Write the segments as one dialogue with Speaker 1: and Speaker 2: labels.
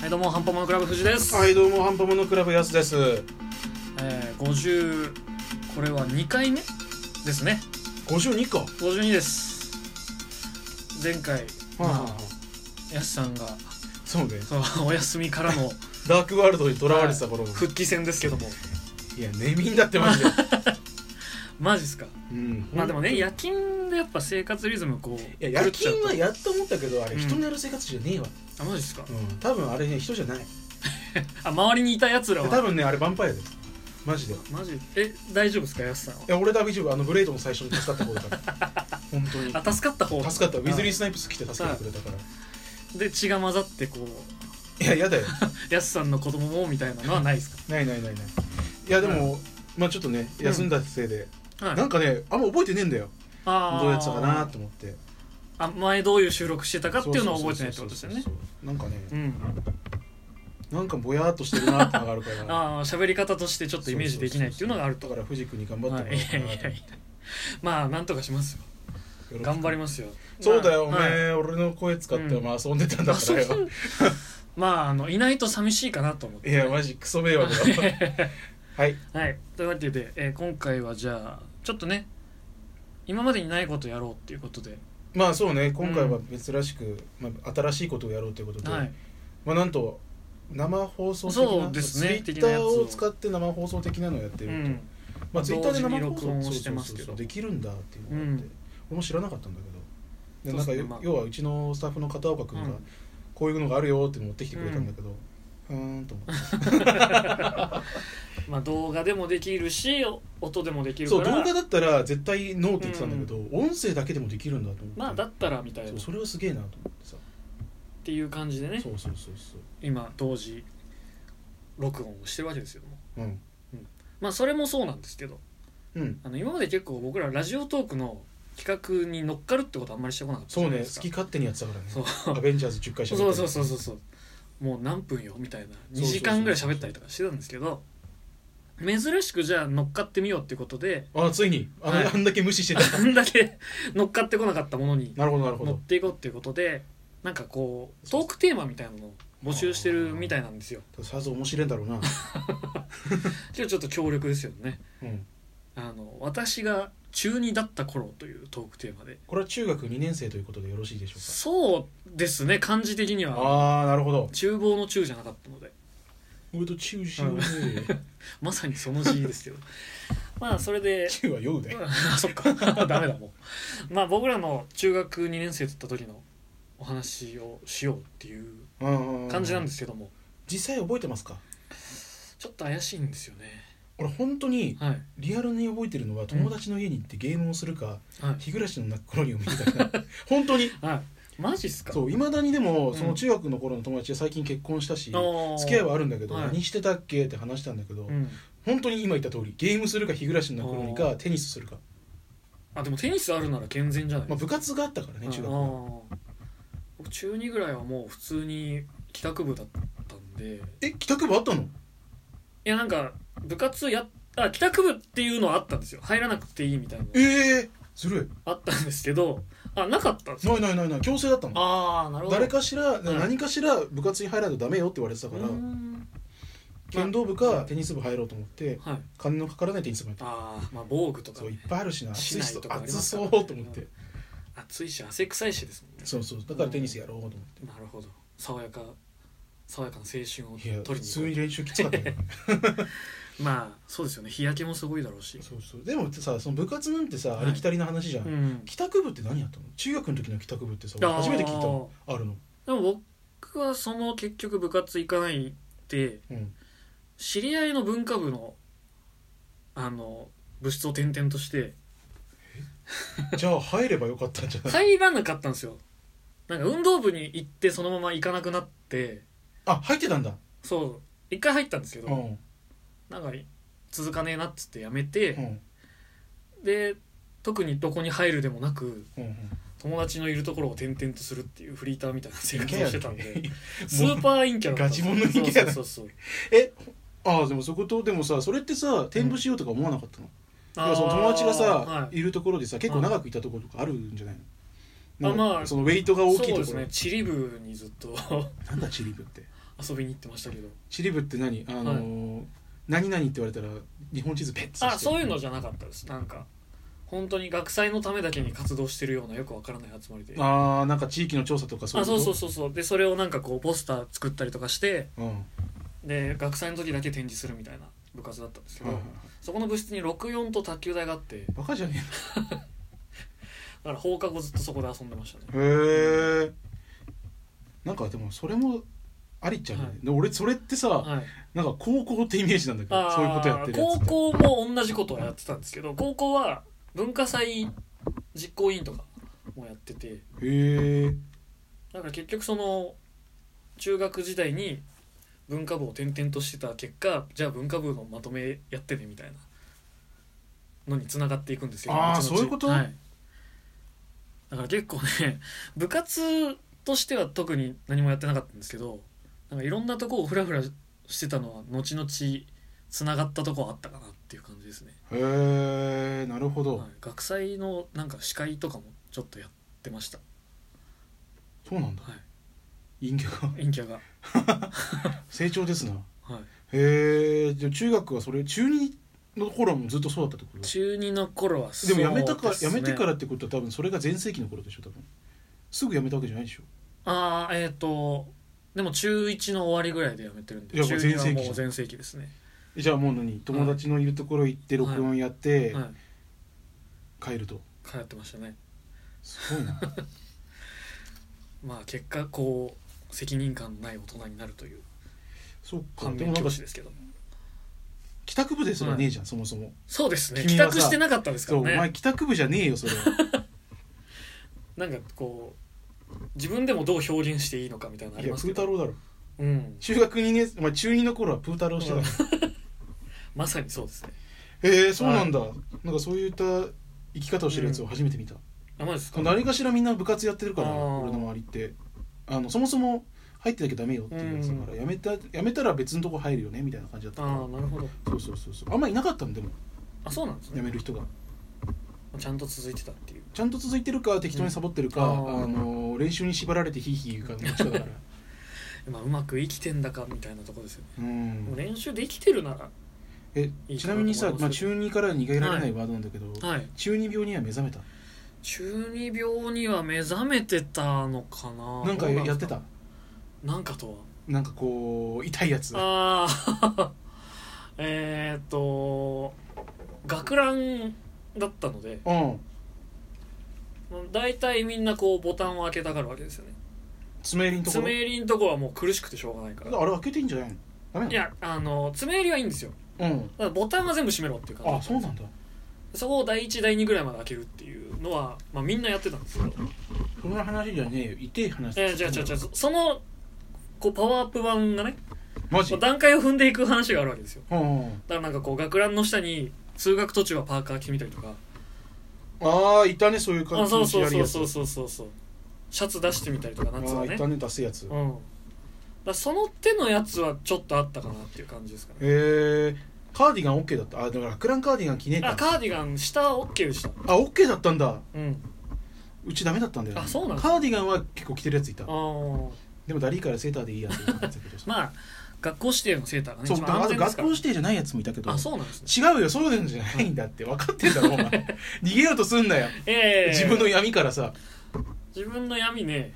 Speaker 1: はいどうもハンパモノクラブ藤です、
Speaker 2: はいどうもハンパモノクラブやすです
Speaker 1: えー、50これは2回目ですね
Speaker 2: 52個はい
Speaker 1: 52です前回
Speaker 2: はいは
Speaker 1: ま
Speaker 2: い
Speaker 1: あやすさんが
Speaker 2: そうね
Speaker 1: そう お休みから の
Speaker 2: ダークワールドにとらわれてた頃も
Speaker 1: 復帰戦ですけども
Speaker 2: いや寝みになってましたよ
Speaker 1: マジっすか
Speaker 2: うん
Speaker 1: まあでもね
Speaker 2: いや
Speaker 1: 夜勤でやっぱ生活リズムこう
Speaker 2: 夜勤
Speaker 1: 狂
Speaker 2: は
Speaker 1: っちゃう
Speaker 2: やっと思ったけどあれ
Speaker 1: うん
Speaker 2: 人のやる生活じゃねえわ
Speaker 1: とあマジっすか
Speaker 2: うん多分あれね人じゃない
Speaker 1: あ周りにいたやつら
Speaker 2: 多
Speaker 1: は
Speaker 2: 分ねあれヴァンパイアだよマジでい
Speaker 1: マジえ大丈夫ですかやすさんは
Speaker 2: や俺ダビジブあのブレイドの最初に助かった方だから 本当に
Speaker 1: あ助かった方
Speaker 2: 助かったウィズリー・
Speaker 1: あ
Speaker 2: スナイプス来て助けてくれたから
Speaker 1: で血が混ざってこう
Speaker 2: いややだよ
Speaker 1: やすさんの子供もみたいなのはないです
Speaker 2: ないないないないいやでもまあちょっとね休んだせいで
Speaker 1: か、はい、
Speaker 2: なんかねあんま覚えてねえんだよ
Speaker 1: あー
Speaker 2: どうやってたかなと思って
Speaker 1: あ前どういう収録してたかっていうのを覚えてないってことですよね
Speaker 2: そうそうそうそうなんかね
Speaker 1: うん
Speaker 2: なんかぼやーっとしてるなってのがあるから
Speaker 1: ああ喋り方としてちょっとイメージできないっていうのがあると
Speaker 2: だから藤君に頑張ってもらおう
Speaker 1: はいいやいやい
Speaker 2: か
Speaker 1: や
Speaker 2: な
Speaker 1: まあなんとかしますよ
Speaker 2: と
Speaker 1: 頑張りますよ
Speaker 2: そうだよお
Speaker 1: まあ
Speaker 2: 前
Speaker 1: はい
Speaker 2: 俺の声使ってお前遊んでたんだ
Speaker 1: あ
Speaker 2: か
Speaker 1: そう
Speaker 2: らよ
Speaker 1: まああのいないと寂しいかなと思っ
Speaker 2: い
Speaker 1: て
Speaker 2: やマジクソ迷惑 だわはい
Speaker 1: はいというわけで、えー今回はじゃあちょっとね今までにないことやろうっていうことで、
Speaker 2: まあそうね今回は珍しくまあ新しいことをやろうということで
Speaker 1: はい、
Speaker 2: まあなんと生放送的
Speaker 1: そ
Speaker 2: な
Speaker 1: うですね
Speaker 2: ツイッターを使って生放送的なのをやって
Speaker 1: う
Speaker 2: る
Speaker 1: ん、
Speaker 2: まあ、ツイッターで生
Speaker 1: 同
Speaker 2: 放
Speaker 1: 時に録音を
Speaker 2: 送
Speaker 1: してますけど
Speaker 2: そうそうそうできるんだっていうのがあって、
Speaker 1: うん
Speaker 2: 俺も知らなかったんだけどで
Speaker 1: そうっ
Speaker 2: なん
Speaker 1: す
Speaker 2: か
Speaker 1: ねま
Speaker 2: よ、
Speaker 1: あ
Speaker 2: 要はうちのスタッフの片岡君が、
Speaker 1: うん
Speaker 2: こういうのがあるよって持ってきてくれたんだけど、うーん、と思って
Speaker 1: まあ動画でもできるしお音でもできるか
Speaker 2: そう
Speaker 1: ら
Speaker 2: 動画だったら絶対ノーって言ってたんだけど、音声だけでもできるんだと思って、
Speaker 1: まあだったらみたいな
Speaker 2: そう
Speaker 1: っ
Speaker 2: それはすげえなと思ってさ、
Speaker 1: ていう感じでね
Speaker 2: そうそうそうそ
Speaker 1: 今同時録音をしてるわけですよもう
Speaker 2: ううん
Speaker 1: まあそれもそうなんですけど
Speaker 2: うん
Speaker 1: あの今まで結構僕らラジオトークの企画に乗っかるってことあんまりしてこなかったじ
Speaker 2: そ
Speaker 1: ゃ
Speaker 2: う
Speaker 1: な
Speaker 2: ね
Speaker 1: いです
Speaker 2: 好
Speaker 1: か
Speaker 2: き勝手にやってたからね
Speaker 1: そう
Speaker 2: アベンジャーズ10回しゃ
Speaker 1: そうそうそうそうそうもう何分よみたいな2時間ぐらい喋ったりとかしてたんですけど珍しくじゃあ乗っかってみようってことで
Speaker 2: あついにあ,、
Speaker 1: はい
Speaker 2: あんだけ無視してた
Speaker 1: あんだけ 乗っかってこなかったものに
Speaker 2: なるほどなるほ
Speaker 1: 乗
Speaker 2: ど
Speaker 1: っていこうっていうことでなんかこうトークテーマみたいなのを募集してるみたいなんですよ
Speaker 2: さぞ面白いんだろうな、
Speaker 1: 今日ちょっと強力ですよね
Speaker 2: うん、
Speaker 1: あの私が中2だった頃というトークテーマで
Speaker 2: これは中学2年生ということでよろしいでしょうか
Speaker 1: そうですね漢字的には
Speaker 2: ああなるほど
Speaker 1: 厨房の中じゃなかったので
Speaker 2: 俺とチューしようね
Speaker 1: まさにその字ですけ どまあそれで
Speaker 2: チューは酔うで
Speaker 1: うんあそっか ダメだもうまあ僕らの中学2年生だった時のお話をしようっていう感じなんですすけども
Speaker 2: 実際覚えてますか
Speaker 1: ちょっと怪しいんですよね
Speaker 2: 俺本当に
Speaker 1: はい
Speaker 2: リアルに覚えてるのは友達の家に行ってゲームをするか、
Speaker 1: はい
Speaker 2: 日暮らしの泣く頃にを見てた から本当に
Speaker 1: はいマジっすか
Speaker 2: そうういまだにで
Speaker 1: う
Speaker 2: も
Speaker 1: ん
Speaker 2: その中学の頃の友達は最近結婚したし、付き合いはあるんだけど、
Speaker 1: はい
Speaker 2: 何してたっけって話したんだけど、
Speaker 1: うん、
Speaker 2: 本当に今言った通りゲームするか日暮らしの泣く頃に
Speaker 1: あー
Speaker 2: かテニスするか、
Speaker 1: あでもテニスあるなら健全じゃない
Speaker 2: ま
Speaker 1: です
Speaker 2: あ、部
Speaker 1: か、
Speaker 2: 活があったからね中学は
Speaker 1: ああ僕中2ぐらいはもう普通に企画部だったんで
Speaker 2: え帰宅部あったの
Speaker 1: いやなんか部活やっあ帰宅部っていうのはあったんですよ入らなくていいみたいなの
Speaker 2: ええー、ずる
Speaker 1: あったんですけどあなかったんです
Speaker 2: い
Speaker 1: よ
Speaker 2: ないないないない強制だったの
Speaker 1: ああなるほど
Speaker 2: 誰かしら、
Speaker 1: い
Speaker 2: 何かしら部活に入らないとダメよって言われてたから、
Speaker 1: うーん
Speaker 2: 剣道部かテニス部入ろうと思って
Speaker 1: はい
Speaker 2: 金のかからないテニス部に入っ
Speaker 1: ああまあ防具と
Speaker 2: た
Speaker 1: か
Speaker 2: そういっ
Speaker 1: ね
Speaker 2: ぱいあるしな
Speaker 1: 市
Speaker 2: 暑い
Speaker 1: 内
Speaker 2: し
Speaker 1: とかありま
Speaker 2: 暑
Speaker 1: すから
Speaker 2: そうと思って
Speaker 1: 暑いし汗臭いしですもんね
Speaker 2: そうそうだからテニスやろうと思っ
Speaker 1: なるほど爽やか爽やかな青
Speaker 2: てい
Speaker 1: 春
Speaker 2: や
Speaker 1: を取り
Speaker 2: 普
Speaker 1: に
Speaker 2: 通
Speaker 1: 行こ
Speaker 2: に練習きつかったよね
Speaker 1: うまあそうですよね日焼けもすごいだろうし
Speaker 2: そうそうでもさその部活なんてさ
Speaker 1: はい
Speaker 2: ありきたりな話じゃん、
Speaker 1: うん
Speaker 2: 帰宅部って何やったの中学の時の帰宅部ってさ
Speaker 1: あー
Speaker 2: 初めて聞いたのあるの
Speaker 1: でも僕はその結局部活行かないって
Speaker 2: うん
Speaker 1: 知り合いの文化部のあの部室を転々として
Speaker 2: じゃあ入ればよかったんじゃない
Speaker 1: 入らなかったんですよなんか運動部に行ってそのまま行かなくなって
Speaker 2: あ入ってたんだ
Speaker 1: そう一回入ったんですけ
Speaker 2: うんう
Speaker 1: ど
Speaker 2: ん
Speaker 1: なんか続かねえなっつってやめてで特にどこに入るでもなく
Speaker 2: うんうん
Speaker 1: 友達のいるところを転々とするっていうフリーターみたいな生活をしてたんでス
Speaker 2: もう
Speaker 1: ーパー陰キャだったんですよ
Speaker 2: ガチモンの陰キャだ
Speaker 1: そうそうそうそう
Speaker 2: えああでもそことでもさそれってさ転部しようとか思わなかったの、いやその友達がさ、
Speaker 1: はい
Speaker 2: い、るところでさ結構長くいたところとかあるんじゃないの、
Speaker 1: あ
Speaker 2: なんか
Speaker 1: まあ
Speaker 2: そのウェイトが大きいとこ
Speaker 1: そう
Speaker 2: ろ
Speaker 1: ですねチリ部にずっと
Speaker 2: なんだチリブって
Speaker 1: 遊びに行ってましたけど
Speaker 2: チリ部って何あのー何々って言われたら日本地図ペッて
Speaker 1: あそういううのじゃなかったですなんか本当に学祭のためだけに活動してるようなよくわからない集まりであ
Speaker 2: あーなんか地域の調査とかそういうこ
Speaker 1: そ
Speaker 2: と
Speaker 1: うそうそうそうでそれをなんかこうポスター作ったりとかして
Speaker 2: うんはい
Speaker 1: で学祭の時だけ展示するみたいな部活だったんですけど、
Speaker 2: はいはい
Speaker 1: そこの部室に64と卓球台があってだ
Speaker 2: バカじゃね
Speaker 1: から放課後ずっとそこで遊んでましたね
Speaker 2: えのへえなんかでもそれもありっちゃうよね、
Speaker 1: はい
Speaker 2: で俺それってさ、
Speaker 1: はい
Speaker 2: なんか高校ってイメージなんだけ
Speaker 1: あ
Speaker 2: ど
Speaker 1: ー
Speaker 2: そういうことやってるやつって
Speaker 1: 高校も同じことをやってたんですけど高校は文化祭実行委員とかもやってて
Speaker 2: へえ
Speaker 1: だから結局その中学時代に文化部を転々としてた結果じゃあ文化部のまとめやってねみたいなのに繋がっていくんですけど
Speaker 2: あー
Speaker 1: 後々
Speaker 2: そういうこと
Speaker 1: はい、だから結構ね部活としては特に何もやってなかったんですけどなんかいろんなとこをフラフラしてたのは後々繋がったとこはあったかなっていう感じですね、
Speaker 2: へえなるほど、
Speaker 1: はい、学祭のなんか司会とかもちょっとやってました
Speaker 2: そうなんだ、
Speaker 1: は
Speaker 2: 陰キャが
Speaker 1: 陰キャが
Speaker 2: 成長ですな
Speaker 1: はい
Speaker 2: へえじゃあ中学はそれ中二の頃もずっとそうだったってこと
Speaker 1: 中二の頃はそう
Speaker 2: でもやめたか、
Speaker 1: です
Speaker 2: や
Speaker 1: ね
Speaker 2: めてからってことは多分それが全盛期の頃でしょ多分すぐやめたわけじゃないでしょ
Speaker 1: ああえっ、とでも中1の終わりぐらいでやめてるんで
Speaker 2: いやもう
Speaker 1: 中二は
Speaker 2: 全盛期じゃん
Speaker 1: もう全盛期ですね、
Speaker 2: じゃあもう何友達のいるところ行って録音やって
Speaker 1: はい
Speaker 2: 帰ると
Speaker 1: 通ってましたね
Speaker 2: すごいな
Speaker 1: まあ結果こう責任感のない大人になるという
Speaker 2: そうか
Speaker 1: 反
Speaker 2: で
Speaker 1: 面
Speaker 2: もなん
Speaker 1: 教
Speaker 2: か
Speaker 1: 師ですけど
Speaker 2: 帰宅部ですらねえじゃんそもそも
Speaker 1: そうですね帰
Speaker 2: 君はさ
Speaker 1: 宅してなかったですか
Speaker 2: そうお
Speaker 1: らね
Speaker 2: 前帰宅部じゃねえよそれは
Speaker 1: なんかこう自分でもどう表現していいのかみたいなのあ
Speaker 2: い
Speaker 1: り
Speaker 2: や
Speaker 1: ま
Speaker 2: プ
Speaker 1: すけ
Speaker 2: ータ
Speaker 1: ど
Speaker 2: ローだろ
Speaker 1: うん
Speaker 2: 中学2年まあ中二の頃はプータローしてたから
Speaker 1: まさにそうですね
Speaker 2: へえそうなんだ、なんかそういった生き方をしてるやつを初めて見た、
Speaker 1: あマジですか
Speaker 2: 何かしらみんな部活やってるから
Speaker 1: あー
Speaker 2: 俺の周りってあのそもそも入ってなきゃダメよっていうやつだから、やめたやめたら別のとこ入るよねみたいな感じだった
Speaker 1: あ
Speaker 2: から
Speaker 1: あなるほど
Speaker 2: そうそうそうそうあんまいなかったんでも
Speaker 1: あそうなんです
Speaker 2: や
Speaker 1: ね
Speaker 2: める人が
Speaker 1: ちゃんと続いてたっていう
Speaker 2: ちゃんと続いてるか適当にサボってるか、
Speaker 1: うんあー
Speaker 2: あの練習に縛られてヒーヒー言う感じだ から
Speaker 1: まあうまく生きてんだかみたいなとこですよね
Speaker 2: う
Speaker 1: もうん練習できてるなら
Speaker 2: え
Speaker 1: いい
Speaker 2: ちなみにさ、
Speaker 1: かなと思い
Speaker 2: まあ、
Speaker 1: ますけ
Speaker 2: 中二から逃げられないワードなんだけど、
Speaker 1: はい
Speaker 2: 中二病には目覚めた
Speaker 1: 中二病には目覚めてたのかな
Speaker 2: な
Speaker 1: なん
Speaker 2: かやってた
Speaker 1: なんかとは
Speaker 2: なんかこう痛いやつ
Speaker 1: ああ えーっと学ランだったので
Speaker 2: うん
Speaker 1: 大体みんなこうボタンを開けたがるわけですよね
Speaker 2: 爪襟のところ
Speaker 1: 爪襟のとこはもう苦しくてしょうがないから
Speaker 2: あれ開けていいんじゃないのダメ
Speaker 1: い
Speaker 2: な
Speaker 1: やあの爪襟はいいんですよ
Speaker 2: のうん
Speaker 1: ただボタンは全部閉めろっていう感じ
Speaker 2: あそうなんだ
Speaker 1: そこを第1第2ぐらいまで開けるっていうのは、まあ、みんなやってたんですけど
Speaker 2: そんな話じゃねえよ痛い話
Speaker 1: えーじゃあじゃあじゃあそそのこうパワーアップ版がね
Speaker 2: マジ
Speaker 1: こう段階を踏んでいく話があるわけですよ
Speaker 2: うんうん
Speaker 1: だからなんかこう学ランの下に通学途中はパーカー着てみたりとか
Speaker 2: ああいたねそういう感
Speaker 1: あ
Speaker 2: じ
Speaker 1: そうそうそうそううそうそうそうシャツ出してみたりとか
Speaker 2: あ
Speaker 1: 夏は
Speaker 2: ー
Speaker 1: ね
Speaker 2: いたね出すやつ
Speaker 1: う
Speaker 2: へ
Speaker 1: んだからその手のやつはちょっとあったかなっていう感じですかね
Speaker 2: えカーディガン OK だったあだからラクランカーディガン着ねえん
Speaker 1: あ
Speaker 2: だ
Speaker 1: カーディガン下は OK でした
Speaker 2: あ OK だったんだ
Speaker 1: うん
Speaker 2: うちダメだったんだよ
Speaker 1: あそうなんだ
Speaker 2: カーディガンは結構着てるやついた
Speaker 1: ああ
Speaker 2: でもダリーからセーターでいいやって言ってたけど
Speaker 1: まあ学校指定のセーターがね
Speaker 2: そう
Speaker 1: 一
Speaker 2: だから
Speaker 1: 番
Speaker 2: あ
Speaker 1: 安全
Speaker 2: と
Speaker 1: です
Speaker 2: 学
Speaker 1: か
Speaker 2: 校指定じゃないやつもいたけど
Speaker 1: らあそうなんですね
Speaker 2: 違うよそういうんじゃないんだって分かってんだ ろお前逃げようとすんなよ
Speaker 1: ええ
Speaker 2: 自分の闇からさ
Speaker 1: 自分の闇ね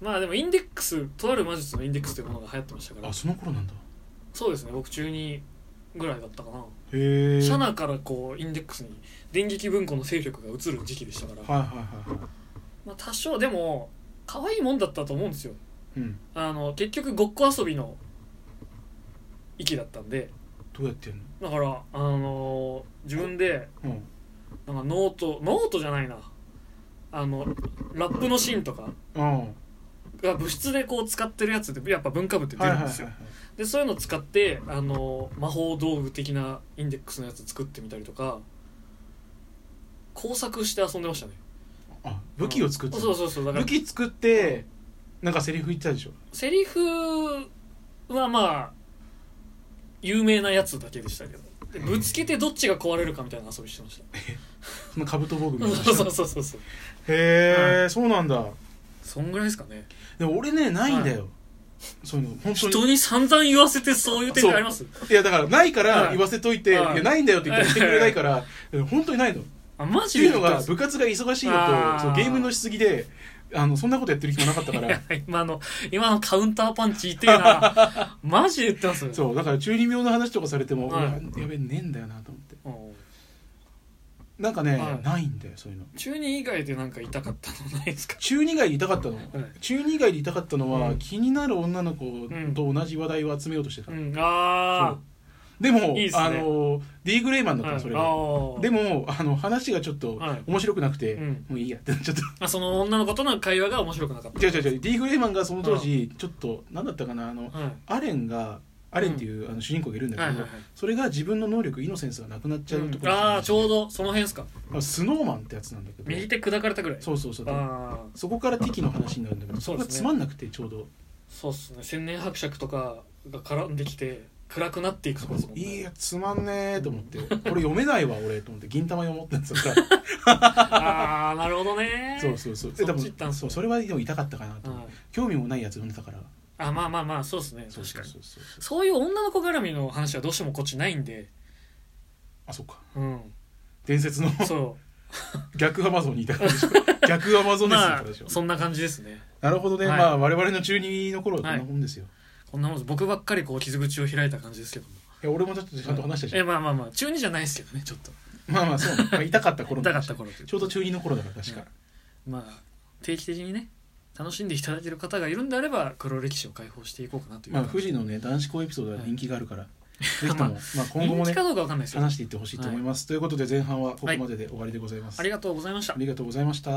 Speaker 1: まあでもインデックスとある魔術のインデックスというものが流行ってましたから
Speaker 2: あその頃なんだ
Speaker 1: そうですね僕中2ぐらいだったかな
Speaker 2: へえ
Speaker 1: シャナからこうインデックスに電撃文庫の勢力が移る時期でしたから、
Speaker 2: はいはいはいは
Speaker 1: まあ、多少でも可愛いもんだったと思うんですよ
Speaker 2: いうん
Speaker 1: あの結局ごっこ遊びの域だったんで
Speaker 2: どうやってやる
Speaker 1: だから、あの自分で
Speaker 2: のうん
Speaker 1: なんかノートノートじゃないなあのラップのシーンとか
Speaker 2: あ
Speaker 1: が部室でこう使ってるやつってやっぱ文化部って
Speaker 2: あは
Speaker 1: 出
Speaker 2: い
Speaker 1: るん
Speaker 2: はいは
Speaker 1: で
Speaker 2: い
Speaker 1: すよ、でそういうのを使って、あの魔法道具的なインデックスのやつ作ってみたりとか工作して遊んでましたね
Speaker 2: あ武器を作ってた
Speaker 1: そうそうそうだから
Speaker 2: 武器作ってなんかセリフ言ってたでしょ
Speaker 1: セリフはまあ有名なやつだけでしたけどでぶつけてどっちが壊れるかみたいな遊びしてまし
Speaker 2: そのカブト防具みたいな
Speaker 1: たそうそうそうそう
Speaker 2: へ
Speaker 1: は
Speaker 2: えそうなんだ
Speaker 1: そんぐらいですかね
Speaker 2: でも俺ねないんだよそういうの本当に
Speaker 1: 人に散々言わせてそういう展開あります
Speaker 2: いやだからないから
Speaker 1: はい
Speaker 2: 言わせといて、
Speaker 1: はい
Speaker 2: いやないんだよって言ってしてくれないから本当 にないの
Speaker 1: あマ
Speaker 2: って
Speaker 1: ジ
Speaker 2: い
Speaker 1: で
Speaker 2: うの
Speaker 1: 言った
Speaker 2: が
Speaker 1: んです
Speaker 2: 部活が忙しい
Speaker 1: あ
Speaker 2: の
Speaker 1: ー
Speaker 2: とそのゲームのしすぎであのそんなことやってる暇なかったか
Speaker 1: いや
Speaker 2: ら
Speaker 1: 今の今のカウンターパンチ痛え なマジで言ってますよ
Speaker 2: そうだから中二病の話とかされても、
Speaker 1: はいう
Speaker 2: わやべえねえんだよなと思って
Speaker 1: うん
Speaker 2: なんかね、
Speaker 1: はい
Speaker 2: ないんだよそういうの
Speaker 1: 中二以外でなんか痛かったのないですか
Speaker 2: 中二外で痛かったの、中二外で痛かったのは、
Speaker 1: うん
Speaker 2: 気になる女の子と同じ話題を集めようとしてた、
Speaker 1: うんあ
Speaker 2: でも
Speaker 1: いいっすね
Speaker 2: あの D グレイマン
Speaker 1: あ、
Speaker 2: だ
Speaker 1: は
Speaker 2: ったの
Speaker 1: い
Speaker 2: それ
Speaker 1: あ
Speaker 2: が、
Speaker 1: ー
Speaker 2: でもあの話がちょっと
Speaker 1: はい
Speaker 2: 面白くなくて、
Speaker 1: うん
Speaker 2: もういいやって なっちゃった
Speaker 1: あその女の子との会話が面白くなかった
Speaker 2: 違う違う違う D グレイマンがその当時ちょっと何だったかなあの
Speaker 1: はい
Speaker 2: アレンがアレンっていう、あの主人公がいるんだけど、
Speaker 1: はいはいはい
Speaker 2: それが自分の能力イノセンスがなくなっちゃうとこ
Speaker 1: うん
Speaker 2: ろ、
Speaker 1: ああちょうどその辺ですか
Speaker 2: どスノーマンってやつなんだけ
Speaker 1: 右
Speaker 2: ど
Speaker 1: 手砕かれたぐらい
Speaker 2: そうそうそう
Speaker 1: ああ
Speaker 2: そこから敵の話になるんだけどそ
Speaker 1: そう
Speaker 2: こ
Speaker 1: で
Speaker 2: が
Speaker 1: すね
Speaker 2: つまんなくてちょうど
Speaker 1: そうっすね千年伯爵とかが絡んできて暗くなっていくとこですもんね
Speaker 2: いやつまんねえと思って、 これ読めないわ俺と思って銀玉読もうってやつだから
Speaker 1: ああなるほどね
Speaker 2: そうそうそう
Speaker 1: そっち
Speaker 2: でも
Speaker 1: 行ったんすね
Speaker 2: そうそれはでも痛かったかなと、
Speaker 1: はい
Speaker 2: 興味もないやつ読んでたから
Speaker 1: あまあまあまあそうですね
Speaker 2: そう
Speaker 1: 確か
Speaker 2: そう
Speaker 1: に
Speaker 2: そうそう
Speaker 1: そういう女の子絡みの話はどうしてもこっちないんで
Speaker 2: あそっか
Speaker 1: うん
Speaker 2: 伝説の
Speaker 1: そ
Speaker 2: 逆アマゾンにいたから でしょ逆アマゾ
Speaker 1: う
Speaker 2: ンです
Speaker 1: まあ
Speaker 2: からでしょ、
Speaker 1: そんな感じですね
Speaker 2: なるほどね、
Speaker 1: はい
Speaker 2: まあ我々の中二の頃はこんなもんですよ、
Speaker 1: こんなもんです僕ばっかりこう傷口を開いた感じですけども
Speaker 2: い、や俺もだってちゃんと話したじゃ
Speaker 1: え
Speaker 2: ん、
Speaker 1: まあまあまあ中二じゃないですけどねちょっと
Speaker 2: まあまあそうね、まあ、痛かった頃の
Speaker 1: 痛かっ
Speaker 2: 話
Speaker 1: た頃という
Speaker 2: ちょうど中二の頃だから確か、
Speaker 1: うんまあ定期的にね楽しんでいただいてる方がいるんであれば黒歴史を解放していこうかなという
Speaker 2: まあ
Speaker 1: 感
Speaker 2: 富
Speaker 1: じ
Speaker 2: 士のね男子校エピソードは人気があるから、ぜひと
Speaker 1: まあ
Speaker 2: も、まあ、今後
Speaker 1: 人
Speaker 2: も
Speaker 1: 気
Speaker 2: ね
Speaker 1: かどうかわかんないですけど
Speaker 2: 話していってほしいと思います、ということで前半はここまでで終わりでございます、
Speaker 1: ありがとうございました
Speaker 2: ありがとうございました